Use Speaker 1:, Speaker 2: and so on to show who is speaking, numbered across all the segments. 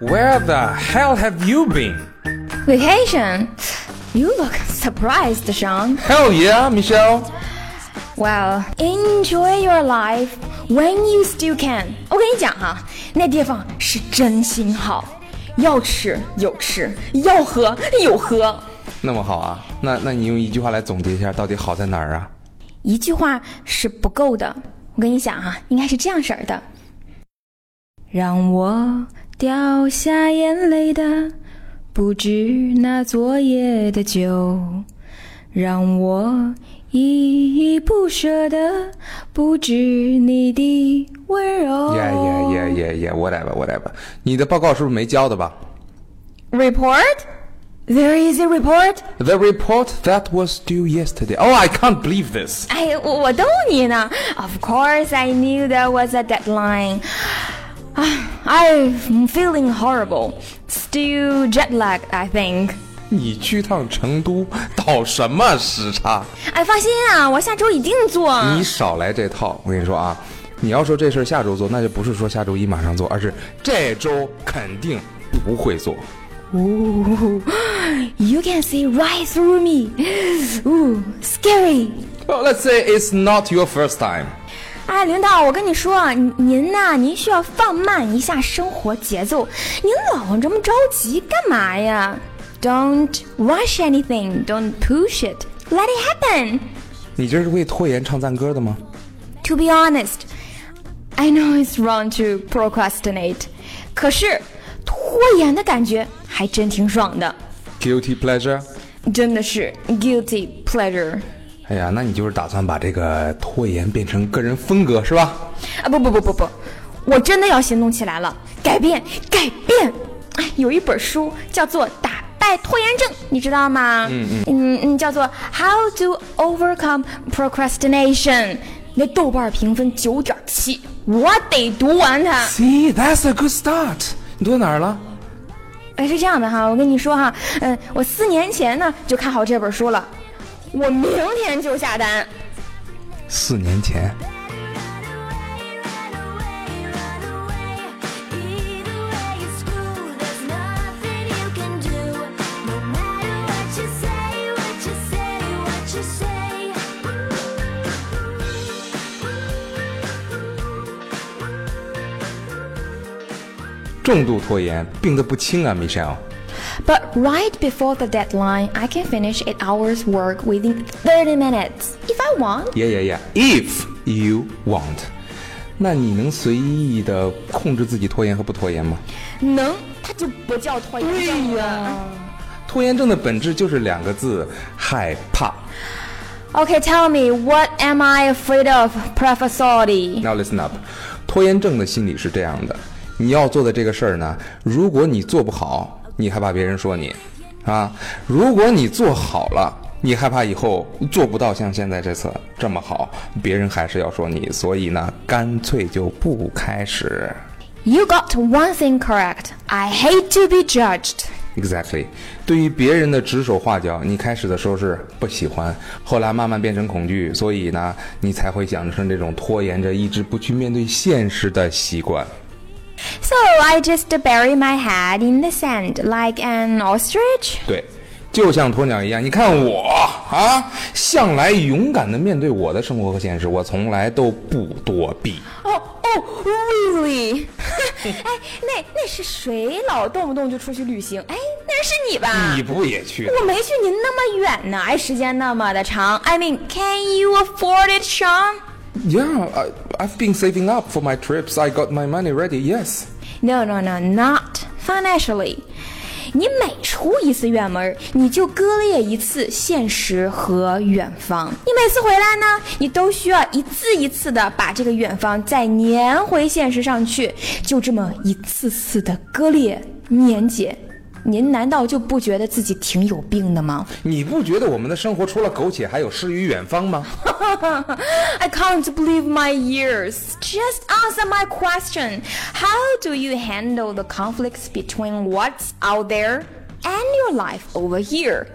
Speaker 1: Where the hell have you been?
Speaker 2: Vacation. You look surprised, Sean.
Speaker 1: Hell yeah, Michelle.
Speaker 2: Well, enjoy your life when you still can. 我跟你讲哈、那地方是真心好，要吃有吃，要喝有喝。
Speaker 1: 那么好啊，那那你用一句话来总结一下，到底好在哪儿啊？
Speaker 2: 一句话是不够的。我跟你讲啊，应该是这样式儿的：让我掉下眼泪的不止那昨夜的酒，让我依依不舍的不止你的温柔。
Speaker 1: 耶耶耶耶耶，whatever whatever。你的报告是不是没交的吧
Speaker 2: Report? There is a report.
Speaker 1: ？The report that was due yesterday. Oh, I can't believe this.
Speaker 2: 哎，我我逗你呢。Of course, I knew there was a deadline. 啊 I'm feeling horrible. Still jet lagged, I think.
Speaker 1: 你去趟成都，倒什么时差？
Speaker 2: 哎，放心啊，我下周一定做。
Speaker 1: 你少来这套！我跟你说啊，你要说这事儿下周做，那就不是说下周一马上做，而是这周肯定不会做。
Speaker 2: Ooh, you can see right through me. Ooh, scary.
Speaker 1: Well, let's say it's not your first time.
Speaker 2: 哎，领导，我跟你说啊，您您呐、您需要放慢一下生活节奏。您老这么着急干嘛呀？Don't rush anything. Don't push it. Let it happen.
Speaker 1: 你这是为拖延唱赞歌的吗？
Speaker 2: To be honest, I know it's wrong to procrastinate. 可是，拖延的感觉还真挺爽的，
Speaker 1: Guilty pleasure。
Speaker 2: 真的是 guilty pleasure.
Speaker 1: 哎呀，那你就是打算把这个拖延变成个人风格是吧？
Speaker 2: 啊不不不不不，我真的要行动起来了，改变改变。哎，有一本书叫做《打败拖延症》，你知道吗？嗯嗯嗯，叫做《How to Overcome Procrastination》，那豆瓣评分九点七，我得读完它。
Speaker 1: See, that's a good start. 你读到哪儿了？
Speaker 2: 哎，是这样的哈，我跟你说哈，嗯，我四年前呢就看好这本书了，我明天就下单。
Speaker 1: 四年前。重度拖延，病得不轻啊，Michelle。
Speaker 2: But right before the deadline, I can finish eight hours work within 30 minutes if I want.
Speaker 1: Yeah, yeah, yeah. If you want，那你能随意的控制自己拖延和不拖延吗？
Speaker 2: 能，它就不叫拖延症了。
Speaker 1: 拖延症的本质就是两个字：害怕。
Speaker 2: Okay, tell me, what am I afraid of, Professori?
Speaker 1: Now listen up，拖延症的心理是这样的：你要做的这个事儿呢，如果你做不好，你害怕别人说你啊；如果你做好了，你害怕以后做不到像现在这次这么好，别人还是要说你，所以呢，干脆就不开始。
Speaker 2: You got one thing correct. I hate to be judged.
Speaker 1: Exactly，对于别人的指手画脚，你开始的时候是不喜欢，后来慢慢变成恐惧，所以呢，你才会养成这种拖延着、一直不去面对现实的习惯。
Speaker 2: So I just bury my head in the sand like an ostrich?
Speaker 1: 对，就像鸵鸟一样，你看我啊，向来勇敢的面对我的生活和现实，我从来都不躲避。
Speaker 2: 哦哦，really？哎， 那那是谁老动不动就出去旅行？哎，那是你吧？
Speaker 1: 你不也去？
Speaker 2: 我没去您那么远呢，哎，时间那么的长。I mean, can you afford it, Sean?
Speaker 1: Yeah, I, I've been saving up for my trips. I got my money ready. Yes.
Speaker 2: No, no, no, not financially. 你每出一次远门，你就割裂一次现实和远方。你每次回来呢，你都需要一次一次的把这个远方再粘回现实上去，就这么一次次的割裂粘结。您难道就不觉得自己挺有病的吗
Speaker 1: 你不觉得我们的生活除了苟且，还有诗与远方吗？
Speaker 2: ？I can't believe my ears. Just answer my question. How do you handle the conflicts between what's out there and your life over here?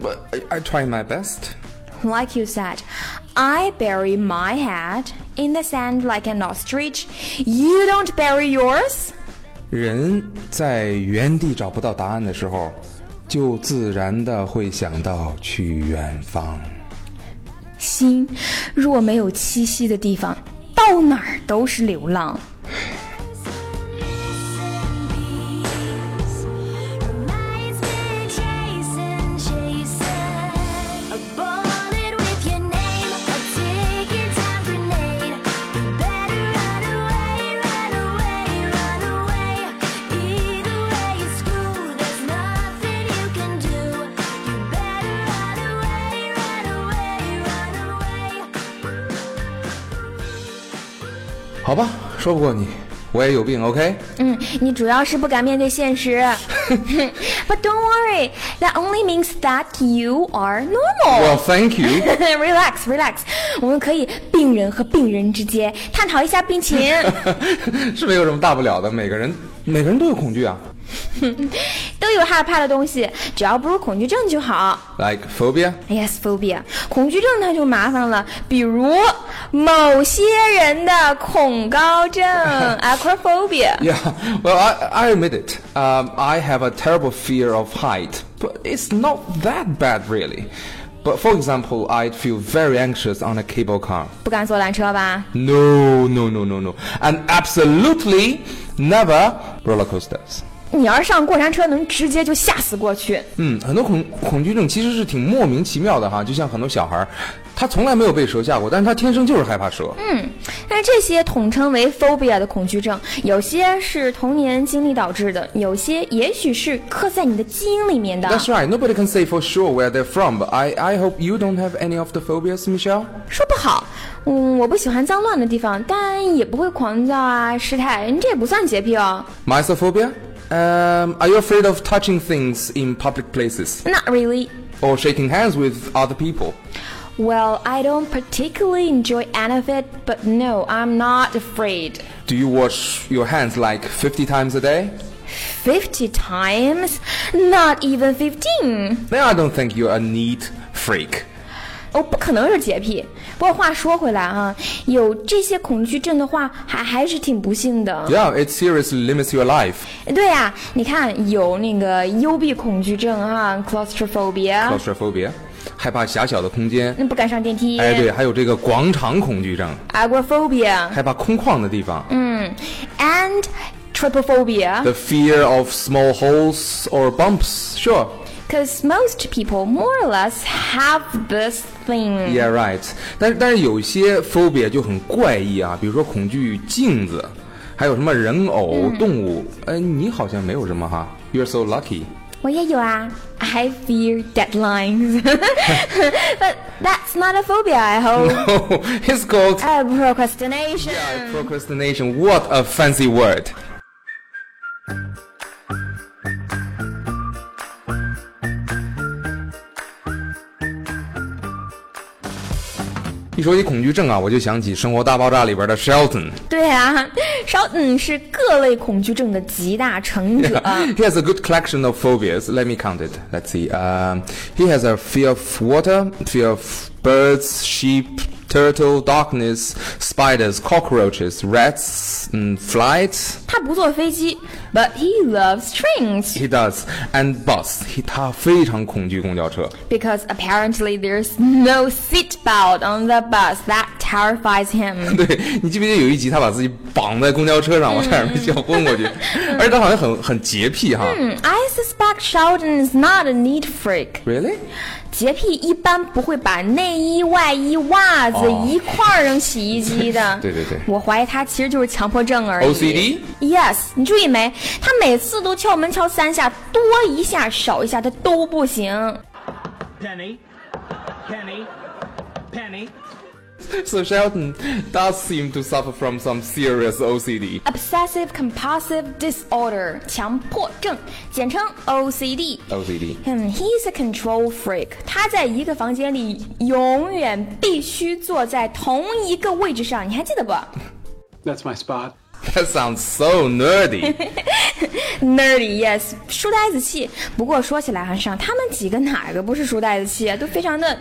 Speaker 1: But I, I try my best.
Speaker 2: Like you said, I bury my head in the sand like an ostrich. You don't bury yours.
Speaker 1: 人在原地找不到答案的时候，就自然的会想到去远方。
Speaker 2: 心若没有栖息的地方，到哪儿都是流浪。
Speaker 3: Reminds me, Jason, Jason. A bullet with your name, a ticking time grenade. You better run away, run away, run away. Either way you're screwed. There's nothing you can do. You better run away, run away, run away.
Speaker 1: 好吧，说不过你，我也有病。OK，
Speaker 2: 嗯，你主要是不敢面对现实。But don't worry, that only means that you are
Speaker 1: 我、
Speaker 2: normal.
Speaker 1: Thank you。
Speaker 2: relax, relax. 我们可以病人和病人之间探讨一下病情。
Speaker 1: 是没有什么大不了的，每个人每个人都有恐惧啊
Speaker 2: 都有害怕的东西，只要不是恐惧症就好。
Speaker 1: ，like phobia。
Speaker 2: Yes, phobia，恐惧症它就麻烦了，比如某些人的恐高症 （acrophobia）。
Speaker 1: Yeah, well, I, I admit it. Um, I have a terrible fear of height, but it's not that bad, really. But for example, I'd feel very anxious on a cable car.
Speaker 2: 不敢坐缆车吧？
Speaker 1: No, no, no, no, no. And absolutely never roller coasters.
Speaker 2: 你要是上过山车，能直接就吓死过去。
Speaker 1: 嗯，很多恐恐惧症其实是挺莫名其妙的哈，就像很多小孩儿，他从来没有被蛇吓过，但是他天生就是害怕蛇。
Speaker 2: 嗯，但是这些统称为 phobia 的恐惧症，有些是童年经历导致的，有些也许是刻在你的基因里面的。
Speaker 1: That's right. Nobody can say for sure where they're from, but I, I hope you don't have any of the phobias, Michelle.
Speaker 2: 说不好，嗯，我不喜欢脏乱的地方，但也不会狂躁啊、失态，这也不算洁癖哦。
Speaker 1: Mysophobia? Um, are you afraid of touching things in public places
Speaker 2: Not really.
Speaker 1: or shaking hands with other people?
Speaker 2: Well, I don't particularly enjoy any of it, but no, I'm not afraid.
Speaker 1: Do you wash your hands like 50 times a day?
Speaker 2: 50 times? Not even 15.
Speaker 1: Then I don't think you're a neat freak.
Speaker 2: 哦，不可能是洁癖。不过话说回来啊，有这些恐惧症的话，还还是挺不幸的。
Speaker 1: Yeah, it seriously limits your life.
Speaker 2: 对呀、你看有那个幽闭恐惧症啊，claustrophobia，
Speaker 1: Claustrophobia. 害怕狭小的空间。
Speaker 2: 那不敢上电梯。
Speaker 1: 哎，对，还有这个广场恐惧症，
Speaker 2: agoraphobia。
Speaker 1: 害怕空旷的地方。
Speaker 2: and trypophobia
Speaker 1: The fear of small holes or bumps. Sure.
Speaker 2: because most people more or less have this thing
Speaker 1: Yeah, right. 但是但是有些 phobia 就很怪异啊，比如说恐惧镜子，还有什么人偶、动物。呃，你好像没有什么哈。You're so lucky.
Speaker 2: 我也有啊 I fear deadlines but that's not a phobia I hope
Speaker 1: Oh, it's called
Speaker 2: uh, procrastination
Speaker 1: procrastination. What a fancy word. 一说起恐惧症啊，我就想起《生活大爆炸》里边的 Shelton。
Speaker 2: 对啊，Sheldon 是各类恐惧症的集大成者。 Uh,
Speaker 1: he has a good collection of phobias. Let me count it. Let's see. Um, he has a fear of water, fear of birds, sheep, turtle, darkness, spiders, cockroaches, rats, mm, and flies.
Speaker 2: 他不坐飞机 but he loves trains
Speaker 1: He does. And bus. He 他非常恐惧公交车。
Speaker 2: because apparently there's no seat belt on the bus that terrifies him
Speaker 1: 对你记不记得有一集他把自己绑在公交车上，我差点没笑昏过去。而且他好像很很洁癖哈。
Speaker 2: Hmm, I suspect Sheldon is not a neat freak.
Speaker 1: Really?
Speaker 2: 洁癖一般不会把内衣、外衣、袜子
Speaker 1: 哦
Speaker 2: 一块儿扔洗衣机的。
Speaker 1: 对对对
Speaker 2: 我怀疑他其实就是强迫症而已。
Speaker 1: OCD？
Speaker 2: Yes，你注意没？他每次都敲门敲三下，多一下少一下他都不行。
Speaker 4: Penny, Penny, Penny.
Speaker 1: So Shelton does seem to suffer from some serious OCD.
Speaker 2: Obsessive compulsive disorder，强迫症，简称 OCD。
Speaker 1: OCD.
Speaker 2: 嗯，he's a control freak。他在一个房间里永远必须坐在同一个位置上，你还记得不
Speaker 4: That's my spot.
Speaker 1: That sounds so nerdy.
Speaker 2: ？Nerdy yes，书呆子气。不过说起来很上，他们几个哪个不是书呆子气啊？都非常的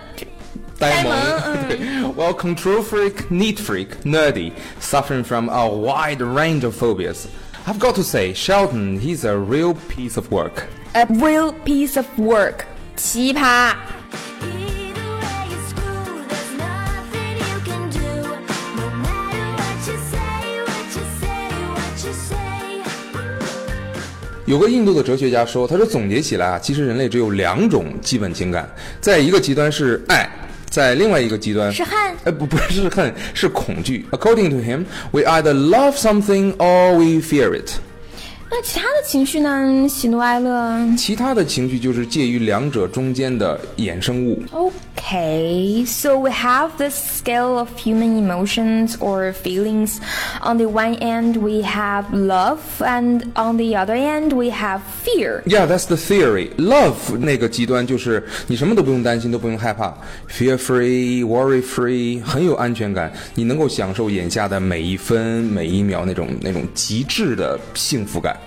Speaker 1: 呆萌
Speaker 2: 呆萌。
Speaker 1: 对 Well, control freak, neat freak, nerdy, suffering from a wide range of phobias. I've got to say, Sheldon, he's a real piece of work.
Speaker 2: A 呃 real piece of work，奇葩。
Speaker 3: Either way it's cool, there's nothing you can do. No matter what you say, what you say, what you say.
Speaker 1: 有个印度的哲学家说，他说总结起来啊，其实人类只有两种基本情感，在一个极端是爱，在另外一个极端
Speaker 2: 是恨
Speaker 1: 呃，不，不 是恨，是恐惧。According to him, we either love something or we fear it.
Speaker 2: 那其他的情绪呢？喜怒哀乐。
Speaker 1: 其他的情绪就是介于两者中间的衍生物。
Speaker 2: Okay, so we have this scale of human emotions or feelings. On the one end, we have love, and on the other end, we have fear.
Speaker 1: Yeah, that's the theory. Love 那个极端就是你什么都不用担心，都不用害怕，fear free, worry free，很有安全感，你能够享受眼下的每一分每一秒那种那种极致的幸福感。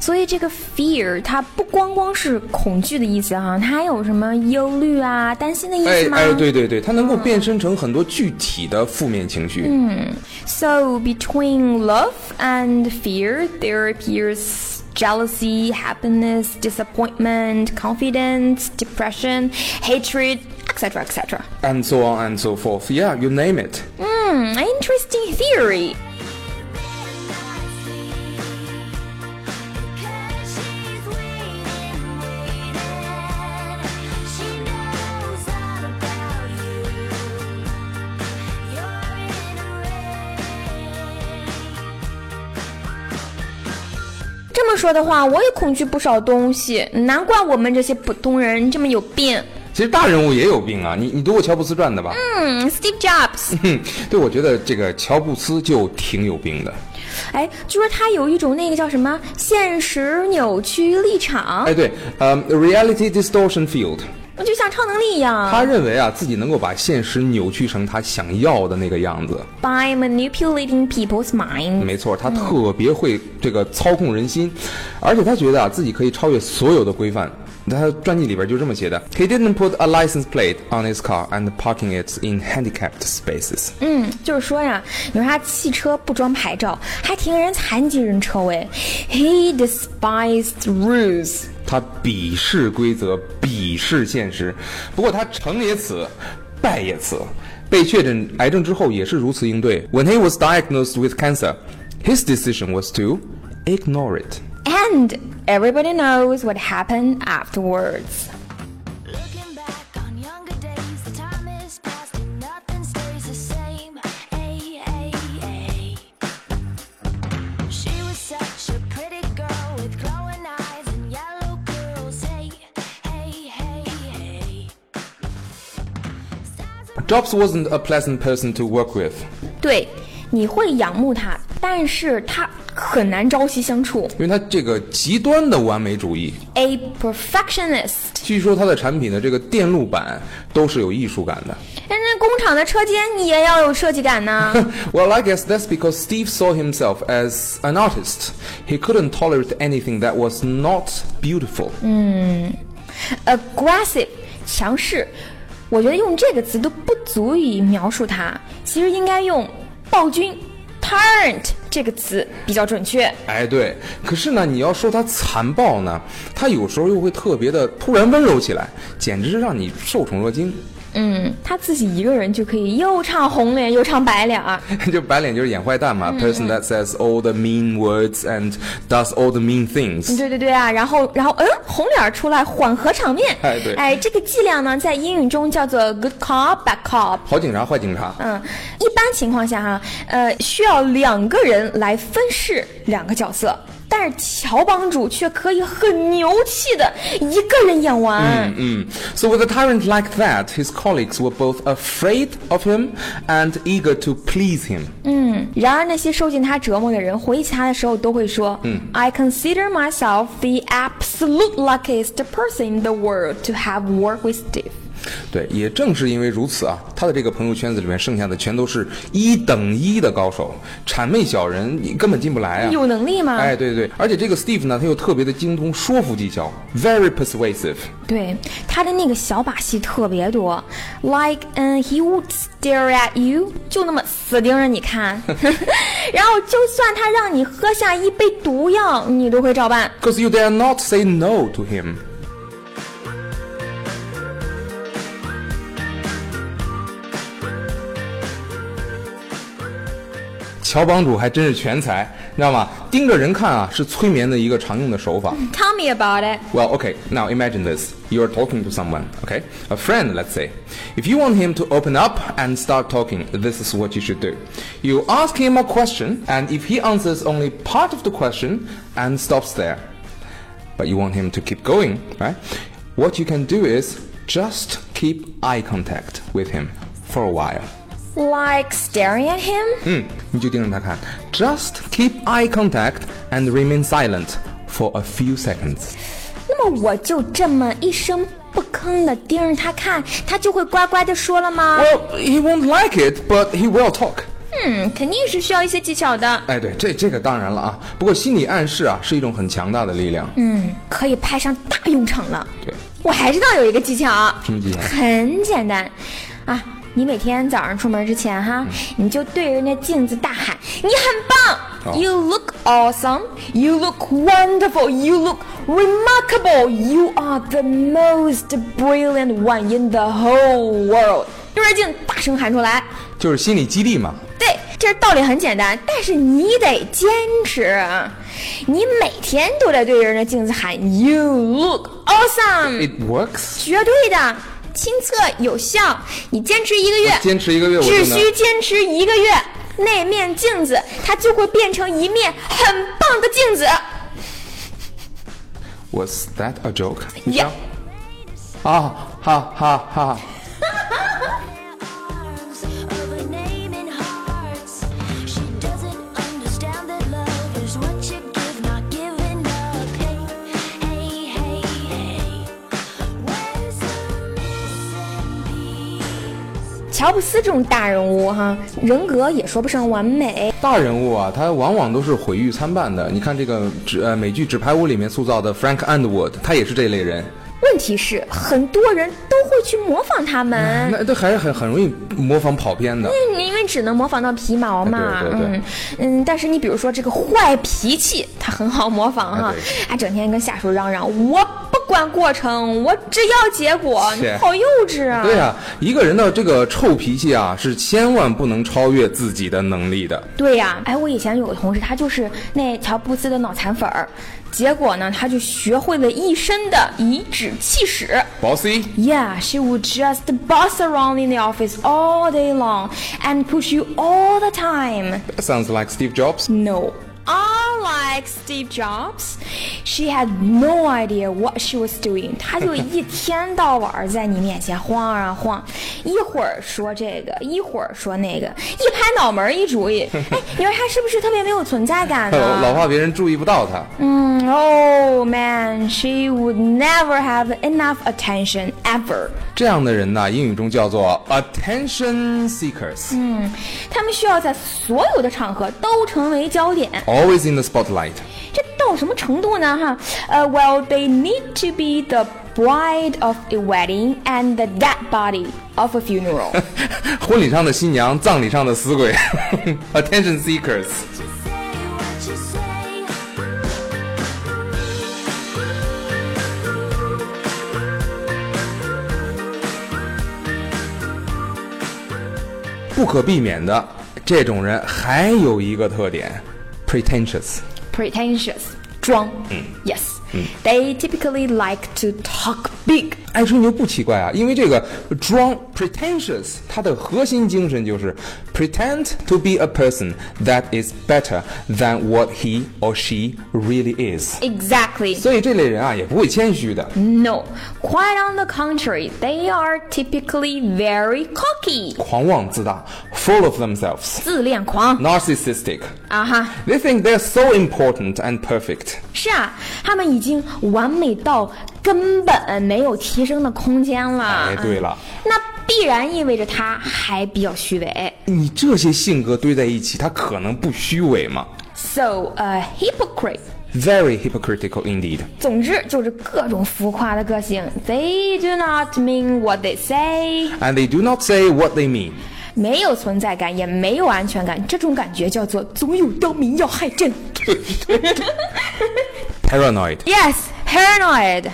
Speaker 2: 所以这个 fear 它不光光是恐惧的意思哈，它还有什么忧虑啊、担心的意
Speaker 1: 哎
Speaker 2: 思吗、
Speaker 1: 哎，对对对，它能够变身成很多具体的负面情绪。
Speaker 2: 嗯 So between love and fear, there appears jealousy, happiness, disappointment, confidence, depression, hatred, etc., etc.
Speaker 1: And so on and so forth. Yeah, you name it.
Speaker 2: Hmm, interesting theory.
Speaker 3: Better not sleep. Because she's waiting, waiting. She knows all about you. You're in a ring.
Speaker 2: 这么说的话，我也恐惧不少东西，难怪我们这些普通人这么有病。
Speaker 1: 其实大人物也有病啊，你你读过乔布斯传的吧？
Speaker 2: 嗯 ，Steve Jobs，
Speaker 1: 嗯，对，我觉得这个乔布斯就挺有病的。
Speaker 2: 哎，就说他有一种那个叫什么现实扭曲立场
Speaker 1: 哎，，对，呃、r e a l i t y distortion field，
Speaker 2: 就像超能力一样。
Speaker 1: 他认为啊自己能够把现实扭曲成他想要的那个样子。
Speaker 2: By manipulating people's mind，
Speaker 1: 没错，他特别会这个操控人心，而且他觉得啊自己可以超越所有的规范。他传记里边就这么写的：He didn't put a license plate on his car and parking it in handicapped spaces。
Speaker 2: 嗯，就是说呀，你说他汽车不装牌照，还停人残疾人车位，He despised rules。
Speaker 1: 他鄙视规则，鄙视现实。不过他成也此，败也此。被确诊癌症之后也是如此应对。When he was diagnosed with cancer, his decision was to ignore it.
Speaker 2: And everybody knows what happened afterwards.
Speaker 3: Looking back on younger days, the time is past and nothing stays the same. Ay, ay, ay. She was such a pretty girl with glowing eyes and yellow curls. Hey, hey, hey, hey. Stars are
Speaker 1: Jobs wasn't a pleasant person to work with.
Speaker 2: 对，你会仰慕他，但是他很难朝夕相处。
Speaker 1: 因为他这个极端的完美主义，
Speaker 2: A perfectionist，
Speaker 1: 据说他的产品的这个电路板都是有艺术感的。
Speaker 2: 但是工厂的车间也要有设计感呢。
Speaker 1: Well, I guess that's because Steve saw himself as an artist. He couldn't tolerate anything that was not beautiful.
Speaker 2: Aggressive，强势，我觉得用这个词都不足以描述他，其实应该用暴君 tyrant 这个词比较准确。
Speaker 1: 哎，对，可是呢，你要说他残暴呢，他有时候又会特别的突然温柔起来，简直是让你受宠若惊。
Speaker 2: 嗯，他自己一个人就可以又唱红脸又唱白脸 儿。
Speaker 1: 就白脸就是演坏蛋嘛、p e r s o n that says all the mean words and does all the mean things。
Speaker 2: 对对对啊，然后然后嗯，红脸儿出来缓和场面。
Speaker 1: 哎对
Speaker 2: 哎，这个伎俩呢，在英语中叫做 good cop bad cop。
Speaker 1: 好警察，坏警察。
Speaker 2: 嗯，一般情况下哈，呃，需要两个人来分饰两个角色，但是乔帮主却可以很牛气的一个人演完。
Speaker 1: Mm. So with a tyrant like that, his colleagues were both afraid of him and eager to please him.
Speaker 2: 嗯然而那些受尽他折磨的人回忆起他的时候都会说，嗯，I consider myself the absolute luckiest person in the world to have worked with Steve。
Speaker 1: 对，也正是因为如此啊，他的这个朋友圈子里面剩下的全都是一等一的高手，谄媚小人你根本进不来啊。
Speaker 2: 有能力吗？
Speaker 1: 哎，对对对，而且这个 Steve 呢，他又特别的精通说服技巧，very persuasive。
Speaker 2: 对，他的那个小把戏特别多，like and he would stare at you，就那么死盯着你看，然后就算他让你喝下一杯毒药，你都会照办。
Speaker 1: Cause you dare not say no to him。乔帮主还真是全才，你知道吗？盯着人看啊，是催眠的一个常用的手法。
Speaker 2: Tell me about it。
Speaker 1: Well, okay, now imagine this. You're talking to someone, okay? A friend, let's say. If you want him to open up and start talking, this is what you should do. You ask him a question, and if he answers only part of the question and stops there, but you want him to keep going, right? What you can do is just keep eye contact with him for a while. Hmm,
Speaker 2: Like staring at him？
Speaker 1: 嗯 Just keep eye contact and remain silent for a few seconds.
Speaker 2: 那么我就这么一声不吭的盯着他看，他就会乖乖的说了吗？
Speaker 1: Well, he won't like it, but he will talk.
Speaker 2: 嗯，肯定是需要一些技巧的。
Speaker 1: 哎，对，这这个当然了啊。不过心理暗示啊是一种很强大的力量。嗯，
Speaker 2: 嗯，可以派上大用场了。
Speaker 1: 对，
Speaker 2: 我还知道有一个技巧，
Speaker 1: 什么技巧
Speaker 2: 很简单，啊，你每天早上出门之前
Speaker 1: 嗯
Speaker 2: 哈，你就对着那镜子大喊：“你很棒、
Speaker 1: 哦
Speaker 2: y o u look awesome, you look wonderful, you look remarkable, you are the most brilliant one in the whole world。”对着镜大声喊出来。
Speaker 1: 就是心理激励嘛。
Speaker 2: 对，这道理很简单，但是你得坚持。啊你每天都得对着那镜子喊 “You look awesome”，
Speaker 1: It works。
Speaker 2: 绝对的，亲测有效。你坚持一个月，
Speaker 1: 坚持一个月我就
Speaker 2: 只
Speaker 1: 能
Speaker 2: 需坚持一个月，那面镜子它就会变成一面很棒的镜子。
Speaker 1: Was that a joke？你
Speaker 2: Yeah
Speaker 1: 想啊哈哈哈！
Speaker 3: Arms over name and hearts. She doesn't understand that love is what you give, not giving up. Hey, hey, hey, hey. Where's the missing piece?
Speaker 2: 乔布斯这种大人物哈，人格也说不上完美，
Speaker 1: 大人物啊，他往往都是毁誉参半的。你看这个纸呃美剧《纸牌屋》里面塑造的 Frank Underwood，他也是这类人。
Speaker 2: 问题是很多人都会去模仿他们。
Speaker 1: 那这还是很很容易模仿跑偏的。
Speaker 2: 你因为只能模仿到皮毛嘛，
Speaker 1: 啊对对对
Speaker 2: 嗯嗯，但是你比如说这个坏脾气，他很好模仿哈
Speaker 1: 哎对，
Speaker 2: 还整天跟下属嚷嚷，我不管过程，我只要结果，你
Speaker 1: 是
Speaker 2: 好幼稚啊！
Speaker 1: 对啊，一个人的这个臭脾气啊，是千万不能超越自己的能力的。
Speaker 2: 对呀、哎，我以前有个同事，他就是那乔布斯的脑残粉儿，结果呢，他就学会了一身的颐指气使。
Speaker 1: Bossy。
Speaker 2: Yeah, she would just boss around in the office all day long and push you all the time.
Speaker 1: Sounds like Steve Jobs.
Speaker 2: No. Unlike Steve Jobs, she had no idea what she was doing. 她 就一天到晚儿在你面前晃啊晃，一会儿说这个，一会儿说那个，一拍脑门儿一主 意。哎，你说她是不是特别没有存在感 呢？
Speaker 1: 老怕别人注意不到他。
Speaker 2: 啊嗯，Oh man, she would never have enough attention ever.
Speaker 1: 这样的人呢，英语中叫做 attention seekers，、
Speaker 2: 他们需要在所有的场合都成为焦点。
Speaker 1: always in the spotlight。
Speaker 2: 这到什么程度呢？哈，呃、w e l l they need to be the bride of a wedding and the dead body of a funeral 。
Speaker 1: 婚礼上的新娘，葬礼上的死鬼 ，attention seekers。
Speaker 3: You say what you say.
Speaker 1: 不可避免的，这种人还有一个特点，pretentious。
Speaker 2: Pretentious，装。Yes，、they
Speaker 1: 嗯
Speaker 2: typically like to talk big。
Speaker 1: 爱哎吹牛不奇怪啊，因为这个装 pretentious，它的核心精神就是 pretend to be a person that is better than what he or she really is。
Speaker 2: Exactly.
Speaker 1: 所以这类人啊，也不会谦虚的。
Speaker 2: No. Quite on the contrary, they are typically very cocky.
Speaker 1: 狂妄自大，full of themselves,
Speaker 2: 自恋狂
Speaker 1: narcissistic.
Speaker 2: 啊哈！啊
Speaker 1: They think they're so important and perfect.
Speaker 2: 是啊，他们已经完美到跟根本没有提升的空间了。
Speaker 1: 哎对了
Speaker 2: 那必然意味着他还比较虚伪。
Speaker 1: 你这些性格堆在一起，他可能不虚伪吗
Speaker 2: So a uh, hypocrite。
Speaker 1: ？Very hypocritical indeed。
Speaker 2: 总之就是各种浮夸的个性，They do not mean what they say，
Speaker 1: And they do not say what they mean。
Speaker 2: 没有存在感，也没有安全感，这种感觉叫做总有刁民要害朕。
Speaker 1: Paranoid。
Speaker 2: Yes, paranoid。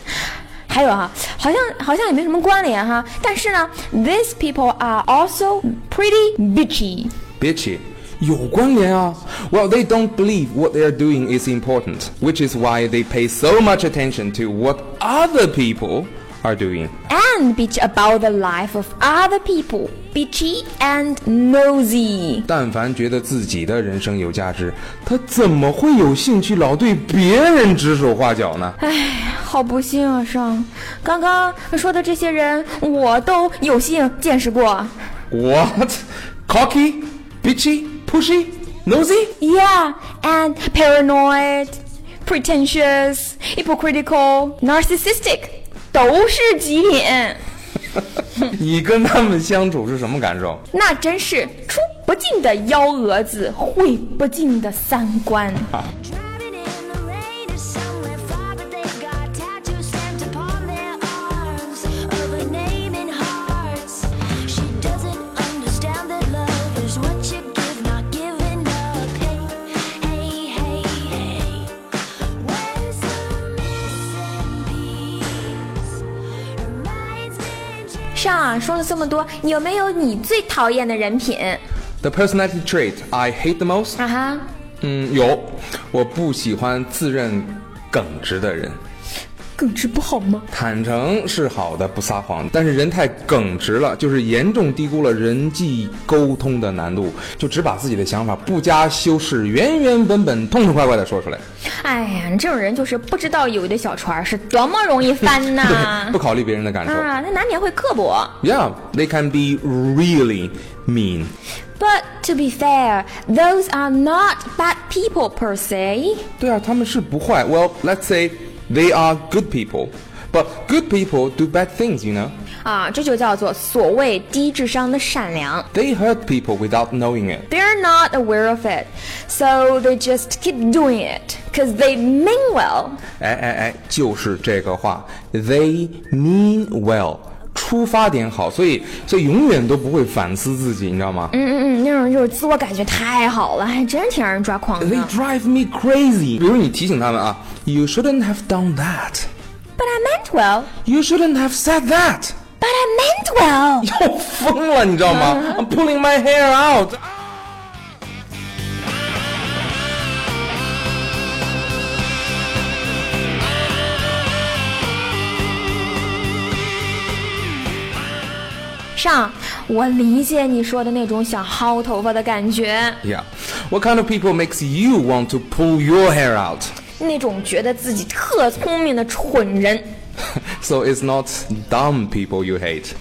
Speaker 2: 还有哈，好像好像也没什么关联哈，但是呢，these people are also pretty bitchy。
Speaker 1: Bitchy. 有关联啊。Well, they don't believe what they are doing is important, which is why they pay so much attention to what other people are doing.
Speaker 2: And bitch about the life of other people, bitchy and nosy。
Speaker 1: 但凡觉得自己的人生有价值，他怎么会有兴趣老对别人指手画脚呢？
Speaker 2: 好不幸啊，上，刚刚说的这些人，我都有幸见识过。
Speaker 1: What? Cocky? Bitchy? Pushy? Nosy?
Speaker 2: Yeah, and paranoid, pretentious, hypocritical, narcissistic，都是极品。
Speaker 1: 你跟他们相处是什么感受？
Speaker 2: 那真是出不尽的幺蛾子，会不尽的三观。
Speaker 3: Driving in the rain is somewhere far, but they've got tattoos stamped upon their arms of a name in hearts. She doesn't understand that love is what you give, not giving up. Hey, hey, hey, hey. Where's the missing piece? Reminds me.
Speaker 2: 上啊说了这么多，有没有你最讨厌的人品？
Speaker 1: The personality trait I hate the most.
Speaker 2: 啊哈，
Speaker 1: 嗯，有，我不喜欢自认耿直的人。
Speaker 2: 耿直不好吗？
Speaker 1: 坦诚是好的，不撒谎，但是人太耿直了，就是严重低估了人际沟通的难度，就只把自己的想法不加修饰，原原本本、痛痛快快的说出来，
Speaker 2: 哎呀，你这种人就是不知道有的小船是多么容易翻 呐
Speaker 1: 不！考虑别人的感受。
Speaker 2: 啊，那难免会刻薄。
Speaker 1: Yeah, they can be really mean.
Speaker 2: But to be fair, those are not bad people per se.
Speaker 1: 对啊，他们是不坏。Well, let's say they are good people, but good people do bad things, you know.
Speaker 2: 啊，这就叫做所谓低智商的善良。
Speaker 1: They hurt people without knowing it.
Speaker 2: They're not aware of it, so they just keep doing it because they mean well.
Speaker 1: 哎哎哎，就是这个话，They mean well，出发点好，所以所以永远都不会反思自己，你知道吗、
Speaker 2: 嗯嗯，那种就是自我感觉太好了，还真挺让人抓狂
Speaker 1: t h e y
Speaker 2: 的。
Speaker 1: drive me crazy。比如你提醒他们啊，You shouldn't have done that。
Speaker 2: But I meant well.
Speaker 1: You shouldn't have said that。
Speaker 2: But I meant well.
Speaker 1: 要疯了，你知道吗？I'm pulling my hair out。
Speaker 2: 上，我理解你说的那种想薅头发的感觉，
Speaker 1: Yeah，what kind of people makes you want to pull your hair out？
Speaker 2: 那种觉得自己特聪明的蠢人。
Speaker 1: So it's not dumb people you hate.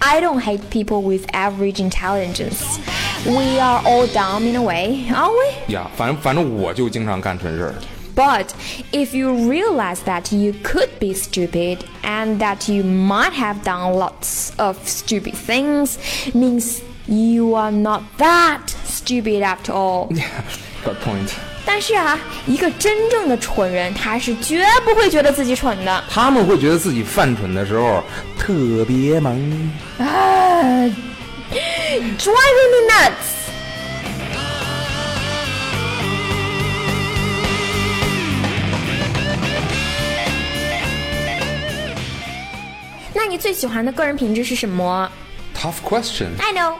Speaker 2: I don't hate people with average intelligence. We are all dumb in a way, aren't we?
Speaker 1: 呀、反正反正我就经常干蠢事儿。
Speaker 2: But if you realize that you could be stupid and that you might have done lots of stupid things, means you are not that stupid after all.
Speaker 1: Yeah, good point.
Speaker 2: 但是啊，一个真正的蠢人，他是绝不会觉得自己蠢的。
Speaker 1: 他们会觉得自己犯蠢的时候特别萌。
Speaker 2: 啊 driving me nuts.
Speaker 1: Tough question.
Speaker 2: I know.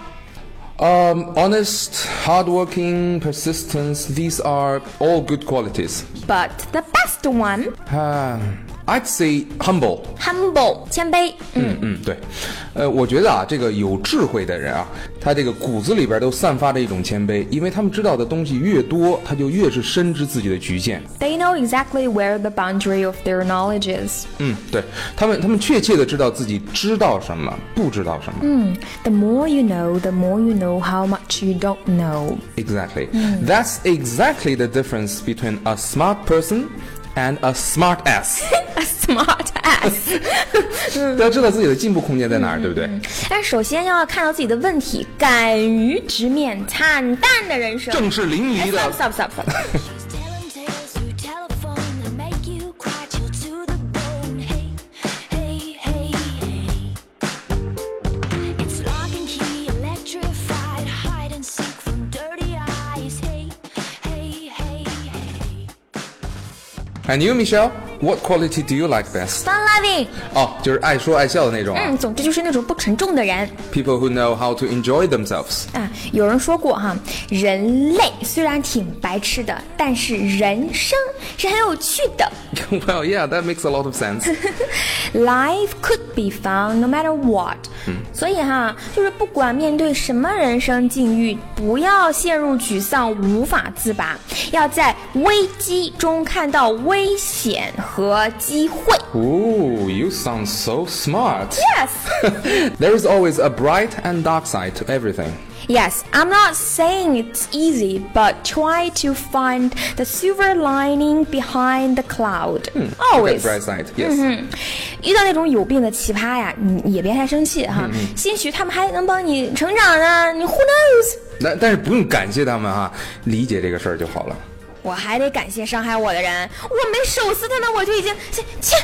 Speaker 1: Um, honest, hardworking, persistence. These are all good qualities.
Speaker 2: But the best one,
Speaker 1: Uh, I'd say humble.
Speaker 2: humble，谦卑。嗯，
Speaker 1: 嗯，对，呃，我觉得啊，这个有智慧的人啊，他这个骨子里边都散发着一种谦卑，因为他们知道的东西越多，他就越是深知自己的局限。
Speaker 2: They know exactly where the boundary of their knowledge is.
Speaker 1: 嗯，对他们，他们确切的知道自己知道什么，不知道什么。嗯
Speaker 2: The more you know, the more you know how much you don't know.
Speaker 1: ，exactly，that's exactly the difference between a smart person and a smart ass。
Speaker 2: A smart ass。
Speaker 1: 大家知道自己的进步空间在哪儿，对不对？
Speaker 2: 但首先要看到自己的问题，敢于直面惨淡的人生。
Speaker 1: 正是淋
Speaker 2: 哎
Speaker 1: 漓的
Speaker 2: stop stop stop stop。
Speaker 3: She's telling tales through telephone that make you cry chill to the bone. Hey, hey, hey, hey. It's lock and key, electrified, hide and seek from dirty eyes. Hey, hey, hey, hey.
Speaker 1: And you, Michelle, what quality do you like best？
Speaker 2: Fun loving，
Speaker 1: 哦，就是爱说爱笑的那种啊
Speaker 2: 嗯，总之就是那种不沉重的人。
Speaker 1: ，people who know how to enjoy themselves。
Speaker 2: 啊，有人说过哈，人类虽然挺白痴的，但是人生是很有趣的。
Speaker 1: Well, yeah, that makes a lot of sense.
Speaker 2: Life could be fun no matter what。所以哈，就是不管面对什么人生境遇，不要陷入沮丧无法自拔，要在危机中看到危险和机会。
Speaker 1: Ooh, you sound so smart.
Speaker 2: Yes。
Speaker 1: There is always a bright and dark side to everything.
Speaker 2: Yes, I'm not saying it's easy, but try to find the silver lining behind the cloud.
Speaker 1: Okay,
Speaker 2: Always.
Speaker 1: bright side. Yes.
Speaker 2: 遇到那种有病的奇葩呀，你也别太生气哈，兴许他们还能帮你成长呢。你 Who knows？
Speaker 1: 但但是不用感谢他们哈，理解这个事儿就好了。
Speaker 2: 我还得感谢伤害我的人，我没手撕他们，我就已经切切。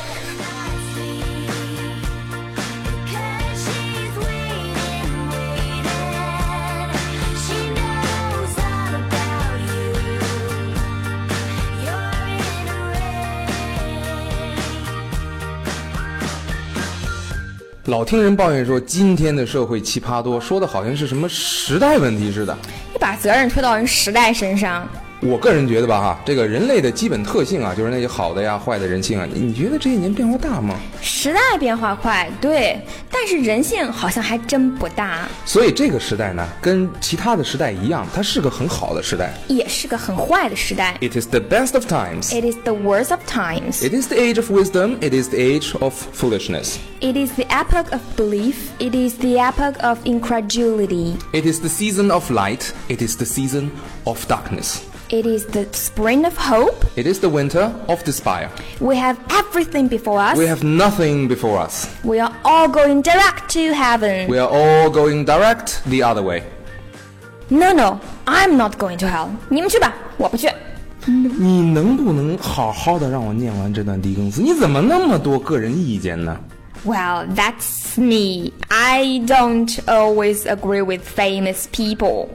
Speaker 3: Cause she's waiting, waiting. She knows all about you. You're in a race.
Speaker 1: 老听人抱怨说，今天的社会奇葩多，说的好像是什么时代问题似的。
Speaker 2: 你把责任推到人时代身上，
Speaker 1: 我个人觉得吧，哈，这个人类的基本特性啊，就是那些好的呀、坏的人性啊。你你觉得这些年变化大吗？
Speaker 2: 时代变化快，对，但是人性好像还真不大，
Speaker 1: 所以这个时代呢，跟其他的时代一样，它是个很好的时代。
Speaker 2: 也是个很坏的时代。
Speaker 1: It is the best of times.
Speaker 2: It is the worst of times.
Speaker 1: It is the age of wisdom. It is the age of foolishness.
Speaker 2: It is the epoch of belief. It is the epoch of incredulity.
Speaker 1: It is the season of light. It is the season of darkness.
Speaker 2: It is the spring of hope.
Speaker 1: It is the winter of despair.
Speaker 2: We have everything before us.
Speaker 1: We have nothing before us.
Speaker 2: We are all going direct to heaven.
Speaker 1: We are all going direct the other way.
Speaker 2: no, no, I'm not going to hell. 你们去吧，我不去。
Speaker 1: 你能不能好好的让我念完这段狄更斯？你怎么那么多个人意见呢？
Speaker 2: Well, that's me. I don't always agree with famous people.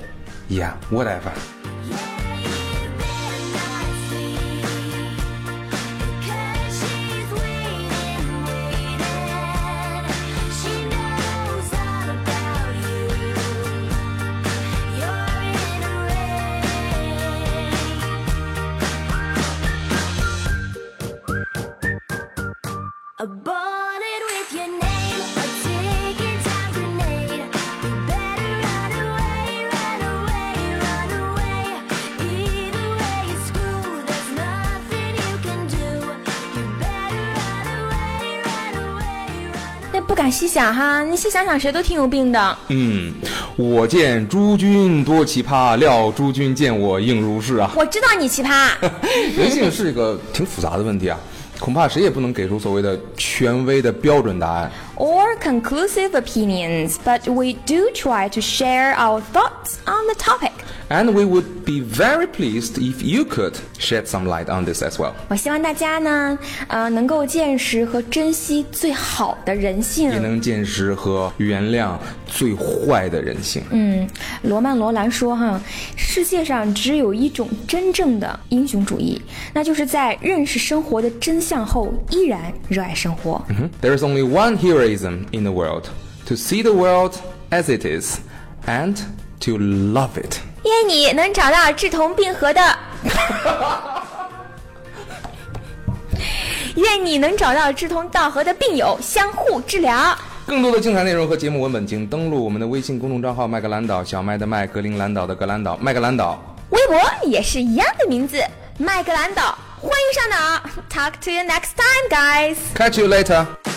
Speaker 1: Yeah, whatever.
Speaker 3: Aborted with your name, a ticket time grenade. You better run away, run away, run away. Either way, it's screwed. There's nothing you can do. You better run away, run away, run away.
Speaker 2: 那不敢细想哈，你细想想，谁都挺有病的。
Speaker 1: 嗯，我见诸君多奇葩，料诸君见我应如是 啊。
Speaker 2: 我知道你奇 葩。
Speaker 1: 人性是一个挺复杂的问题啊，恐怕谁也不能给出所谓的权威的标准答案。
Speaker 2: or conclusive opinions, but we do try to share our thoughts on the topic.
Speaker 1: And we would be very pleased if you could shed some light on this as well.
Speaker 2: 我希望大家呢，呃，能够见识和珍惜最好的人
Speaker 1: 也
Speaker 2: 性。
Speaker 1: 能见识和原谅最坏的人性。嗯，
Speaker 2: 嗯，罗曼·罗兰说哈，世界上只有一种真正的英雄主义，那就是在认识生活的真相后，依然热爱生活。
Speaker 1: There is only one heroism in the world: to see the world as it is, and to love it.
Speaker 2: 愿你能找到志同并合的， 愿你能找到志同道合的病友，相互治疗。
Speaker 1: 更多的精彩内容和节目文本，请登录我们的微信公众账号“麦格兰岛”，小麦的麦，格陵兰岛的格兰岛，麦格兰岛。
Speaker 2: 微博也是一样的名字，麦格兰岛，欢迎上岛。Talk to you next time, guys.
Speaker 1: Catch you later.